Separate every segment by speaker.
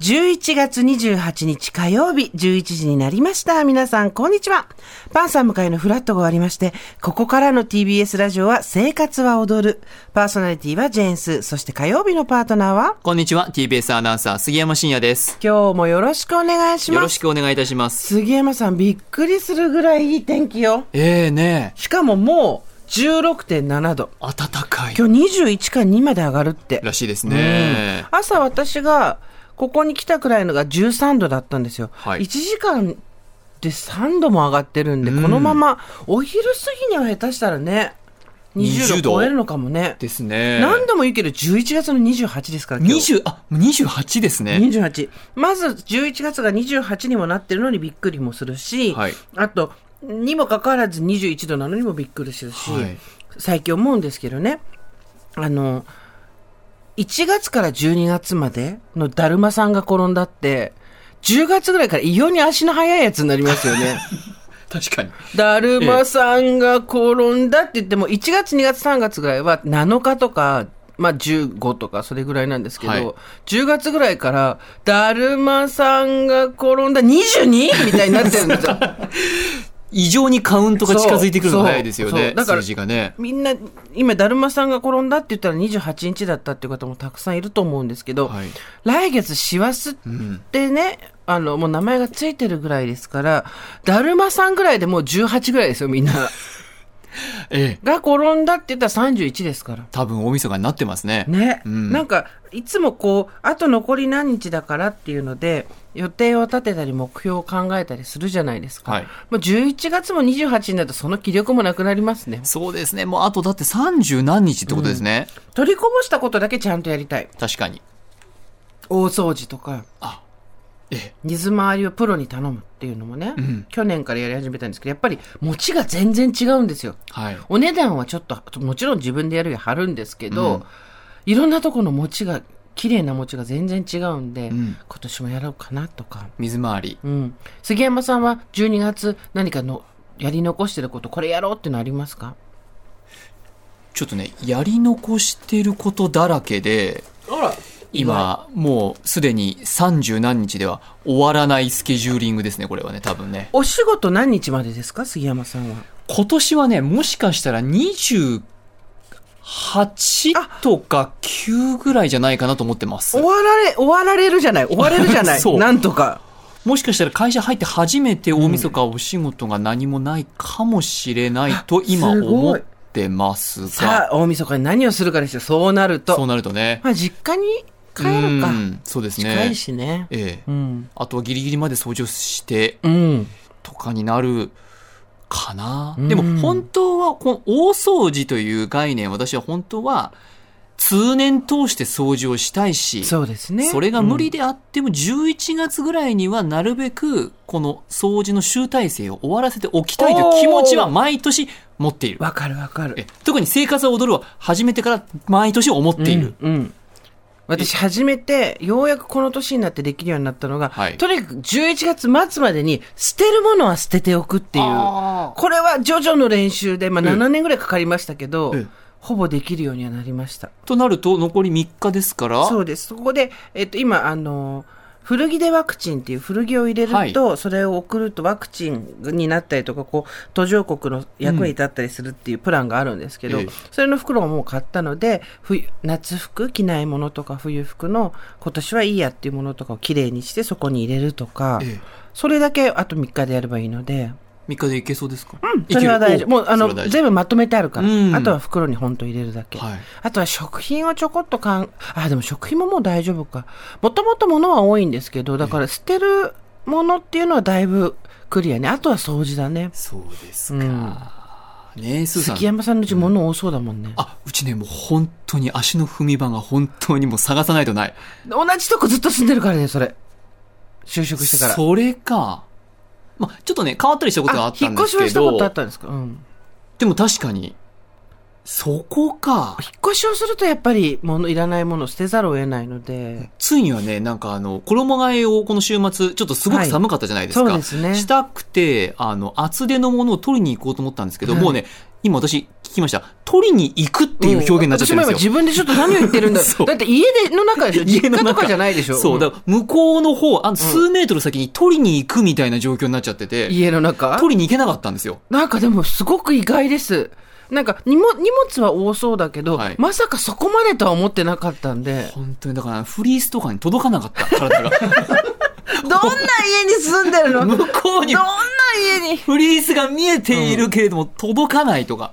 Speaker 1: 11月28日火曜日11時になりました。皆さん、こんにちは。パンサー向かいのフラットが終わりまして、ここからの TBS ラジオは生活は踊る。パーソナリティはジェーンス。そして火曜日のパートナーは
Speaker 2: こんにちは、TBS アナウンサー、杉山真也です。
Speaker 1: 今日もよろしくお願いし
Speaker 2: よ
Speaker 1: ま
Speaker 2: ろ
Speaker 1: す。
Speaker 2: しくお願いいたします。
Speaker 1: 杉山さん、びっくりするぐらいいい天気よ。
Speaker 2: ええね
Speaker 1: しかももう16.7度。
Speaker 2: え、暖かい。
Speaker 1: 今日21か2まで上がるって。
Speaker 2: らしいです
Speaker 1: うん
Speaker 2: ね。
Speaker 1: 朝私がここに来たくらいのが13度だったんですよ、
Speaker 2: はい
Speaker 1: 1時間で3度も上がってるんで、このままお昼過ぎには下手したらね20
Speaker 2: 20
Speaker 1: 度
Speaker 2: 度
Speaker 1: 超えるのかもね
Speaker 2: ですね。
Speaker 1: 何度も言うけど11月の28ですから今日
Speaker 2: 20、あ、28ですね。
Speaker 1: 28まず11月が28にもなってるのにびっくりもするし、
Speaker 2: はい
Speaker 1: あとにもかかわらず21度なのにもびっくりするし、
Speaker 2: はい
Speaker 1: 最近思うんですけどねあの1月から12月までのだるまさんが転んだって10月ぐらいから異様に足の速いやつになりますよね
Speaker 2: 確かに。
Speaker 1: だるまさんが転んだって言っても1月2月3月ぐらいは7日とかまあ15とかそれぐらいなんですけど、
Speaker 2: はい
Speaker 1: 10月ぐらいからだるまさんが転んだ 22? みたいになってるんですよ
Speaker 2: 異常にカウントが近づいてくるのが早いですよ
Speaker 1: そうそ
Speaker 2: ね
Speaker 1: う。だから
Speaker 2: 数字がね。
Speaker 1: みんな、今、だるまさんが転んだって言ったら28日だったっていう方もたくさんいると思うんですけど、
Speaker 2: はい。
Speaker 1: 来月、師走ってね、あの、もう名前がついてるぐらいですから、だるまさんぐらいでもう18ぐらいですよ、みんな。
Speaker 2: ええ、
Speaker 1: が転んだって言ったら31ですから。
Speaker 2: 多分大晦日になってますね。
Speaker 1: ね、
Speaker 2: うん
Speaker 1: なんかいつもこうあと残り何日だからっていうので予定を立てたり目標を考えたりするじゃないですか、
Speaker 2: はい
Speaker 1: もう11月も28になるとその気力もなくなりますね
Speaker 2: そうですね。もうあとだって30何日ってことですね。
Speaker 1: 取りこぼしたことだけちゃんとやりたい
Speaker 2: 確かに。
Speaker 1: 大掃除とか
Speaker 2: あええ
Speaker 1: 水回りをプロに頼むっていうのもね、
Speaker 2: ん
Speaker 1: 去年からやり始めたんですけどやっぱり持ちが全然違うんですよ
Speaker 2: はい。
Speaker 1: お値段はちょっともちろん自分でやるより張るんですけど、いろんなとこの持ちが綺麗な持ちが全然違うんで、
Speaker 2: ん
Speaker 1: 今年もやろうかなとか、
Speaker 2: 水回り。
Speaker 1: うん、杉山さんは12月何かのやり残してることこれやろうってのありますか
Speaker 2: ちょっとね、やり残してることだらけで、
Speaker 1: あら
Speaker 2: 今もうすでに30何日では終わらないスケジューリングですねこれはね多分ね
Speaker 1: お仕事何日までですか杉山さんは
Speaker 2: 今年はねもしかしたら28とか9ぐらいじゃないかなと思ってます
Speaker 1: 終わられ終わられるじゃない終われるじゃない
Speaker 2: そう
Speaker 1: なんとか
Speaker 2: もしかしたら会社入って初めて大晦日お仕事が何もないかもしれないと今
Speaker 1: すごい
Speaker 2: 思ってます
Speaker 1: さ
Speaker 2: が
Speaker 1: あ大晦日に何をするかですよそうなると
Speaker 2: そうなるとね
Speaker 1: まあ実家に帰るか
Speaker 2: うんそうです
Speaker 1: 近
Speaker 2: ね
Speaker 1: いしね
Speaker 2: え
Speaker 1: う
Speaker 2: え
Speaker 1: ん
Speaker 2: あとはギリギリまで掃除をして
Speaker 1: うん
Speaker 2: とかになるかな、
Speaker 1: うん
Speaker 2: でも本当はこの大掃除という概念私は本当は通年通して掃除をしたいし
Speaker 1: そうですね
Speaker 2: それが無理であっても11月ぐらいにはなるべくこの掃除の集大成を終わらせておきたいという気持ちは毎年持っている
Speaker 1: うんわかるわかる
Speaker 2: え特に「生活を踊る」は始めてから毎年思っている、
Speaker 1: うんうん私初めてようやくこの年になってできるようになったのが、
Speaker 2: はい
Speaker 1: とにかく11月末までに捨てるものは捨てておくっていう
Speaker 2: あ
Speaker 1: これはジョジョの練習で、まあ、
Speaker 2: ええ
Speaker 1: 7年ぐらいかかりましたけど、
Speaker 2: ええ
Speaker 1: ほぼできるようにはなりました
Speaker 2: となると残り3日ですから
Speaker 1: そうですそこで、えっと、今あの古着でワクチンっていう古着を入れると、それを送るとワクチンになったりとかこう途上国の役に立ったりするっていうプランがあるんですけど、
Speaker 2: ええ
Speaker 1: それの袋をもう買ったので冬夏服着ないものとか冬服の今年はいいやっていうものとかをきれいにしてそこに入れるとか、
Speaker 2: ええ
Speaker 1: それだけあと3日でやればいいので。
Speaker 2: 3日でいけそうですか、い
Speaker 1: それ
Speaker 2: ける
Speaker 1: は大丈夫。
Speaker 2: お
Speaker 1: もう、あ
Speaker 2: そ
Speaker 1: の、
Speaker 2: れは大丈夫
Speaker 1: 全部まとめてあるから。
Speaker 2: うん
Speaker 1: あとは袋に本当入れるだけ。
Speaker 2: はい
Speaker 1: あとは食品をちょこっとかん、あ、でも食品ももう大丈夫か。もともと物は多いんですけど、だから捨てるものっていうのはだいぶクリアね。あとは掃除だね。
Speaker 2: そうですか、ねえスーさん
Speaker 1: 杉山さんのうち物多そうだもんね。
Speaker 2: あ、うちね、もう本当に足の踏み場が本当にもう探さないとない。
Speaker 1: 同じとこずっと住んでるからね、それ。就職してから。
Speaker 2: それか。まあ、ちょっとね、変わったりしたことはあったんですけ
Speaker 1: 引っ越し
Speaker 2: ど。
Speaker 1: はしたことあったんですかうん。
Speaker 2: でも確かに、そこか。
Speaker 1: 引っ越しをするとやっぱり物いらないものを捨てざるを得ないので、
Speaker 2: ついにはね、なんかあの、衣替えをこの週末、ちょっとすごく寒かったじゃないですか。
Speaker 1: はいそうですね
Speaker 2: したくて、あの、厚手のものを取りに行こうと思ったんですけど、
Speaker 1: はい
Speaker 2: もうね、今私聞きました。取りに行くっていう表現になっちゃってるんです
Speaker 1: 私
Speaker 2: よ。
Speaker 1: も今自分でちょっと何を言ってるんだ
Speaker 2: そう
Speaker 1: だって家での中でしょ
Speaker 2: 家
Speaker 1: 実
Speaker 2: の
Speaker 1: 家
Speaker 2: 中
Speaker 1: とかじゃないでしょ
Speaker 2: そう、だ
Speaker 1: ん
Speaker 2: から向こうの方、あの数メートル先に取りに行くみたいな状況になっちゃってて、
Speaker 1: 家の中
Speaker 2: 取りに行けなかったんですよ。
Speaker 1: なんかでもすごく意外です。なんか荷物荷物は多そうだけど、
Speaker 2: はい
Speaker 1: まさかそこまでとは思ってなかったん で、
Speaker 2: 本当にだから、フリースとかに届かなかった、体が。
Speaker 1: どんな家に住んで るのどん
Speaker 2: 向
Speaker 1: な
Speaker 2: こうに
Speaker 1: 家に
Speaker 2: フリースが見えているけれども、届かないとか。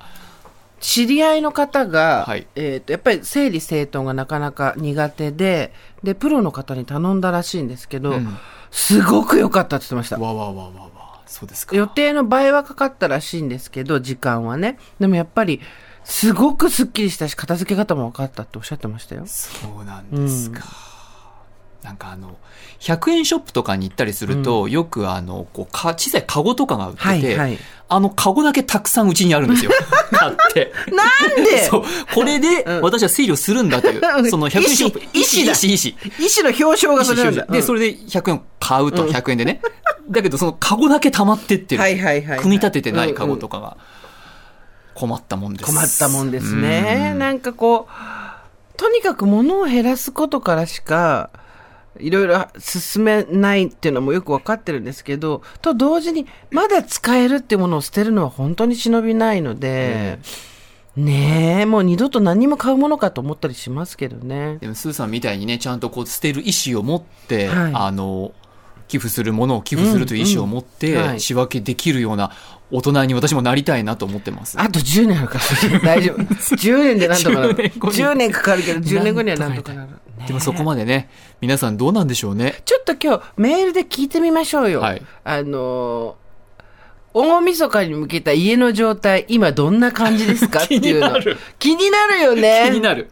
Speaker 1: 知り合いの方が、
Speaker 2: はい
Speaker 1: えっ、と、やっぱり整理整頓がなかなか苦手で、で、プロの方に頼んだらしいんですけど、
Speaker 2: ん
Speaker 1: すごく良かったって言ってました。
Speaker 2: わわわわわ。そうですか。
Speaker 1: 予定の倍はかかったらしいんですけど、時間はね。でもやっぱり、すごくスッキリしたし、片付け方も分かったっておっしゃってましたよ。
Speaker 2: そうなんですか。なんかあの、100円ショップとかに行ったりすると、よくあの、こう、か、小さいカゴとかが売ってて、
Speaker 1: はいはい
Speaker 2: あのカゴだけたくさんうちにあるんで すよ。買って。
Speaker 1: なんで
Speaker 2: そう。これで、私は推理をするんだとい
Speaker 1: うん
Speaker 2: う、その100円ショップ。
Speaker 1: 意思意思だ
Speaker 2: 意思意思
Speaker 1: 医師の表彰がそれなんだ。
Speaker 2: で、それで100円買うと、100円でね。だけど、そのカゴだけ溜まってってる。
Speaker 1: はいはいはいはい
Speaker 2: 組み立ててないカゴとかが。困ったもんです。
Speaker 1: 困ったもんですね。なんかこう、とにかく物を減らすことからしか、いろいろ進めないっていうのもよくわかってるんですけど、と同時に、まだ使えるっていうものを捨てるのは本当に忍びないので、ねえ、もう二度と何も買うものかと思ったりしますけどね。
Speaker 2: でもスーさんみたいにねちゃんとこう捨てる意思を持って、
Speaker 1: はい
Speaker 2: あの寄付するものを寄付するという意思を持って、
Speaker 1: うんうんはい
Speaker 2: 仕分けできるような大人に私もなりたいなと思ってます。
Speaker 1: あと10年あるから、大丈夫。10年でなんとかなる。
Speaker 2: 10年後に
Speaker 1: 10年かかるけど、10年後にはなんとかなる。
Speaker 2: でもそこまでね皆さんどうなんでしょうね。
Speaker 1: ちょっと今日メールで聞いてみましょうよ。
Speaker 2: はい
Speaker 1: あのー大晦日に向けた家の状態、今どんな感じですかっていうの。
Speaker 2: 気になる。
Speaker 1: 気になるよね。
Speaker 2: 気になる。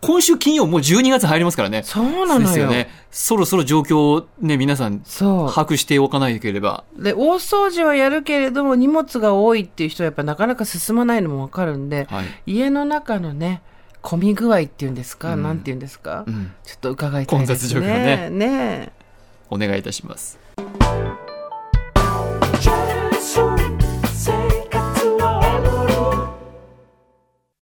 Speaker 2: 今週金曜もう12月入りますからね。
Speaker 1: そうなのよ
Speaker 2: ですよね。そろそろ状況をね皆さん
Speaker 1: そう
Speaker 2: 把握しておかないければ。
Speaker 1: で、大掃除はやるけれども荷物が多いっていう人はやっぱなかなか進まないのもわかるんで、
Speaker 2: はい
Speaker 1: 家の中のね、混み具合っていうんですか、
Speaker 2: うん
Speaker 1: なんていうんですか、
Speaker 2: うん
Speaker 1: ちょっと伺いたいですね。
Speaker 2: 混雑状況ね
Speaker 1: ねえ
Speaker 2: お願いいたします。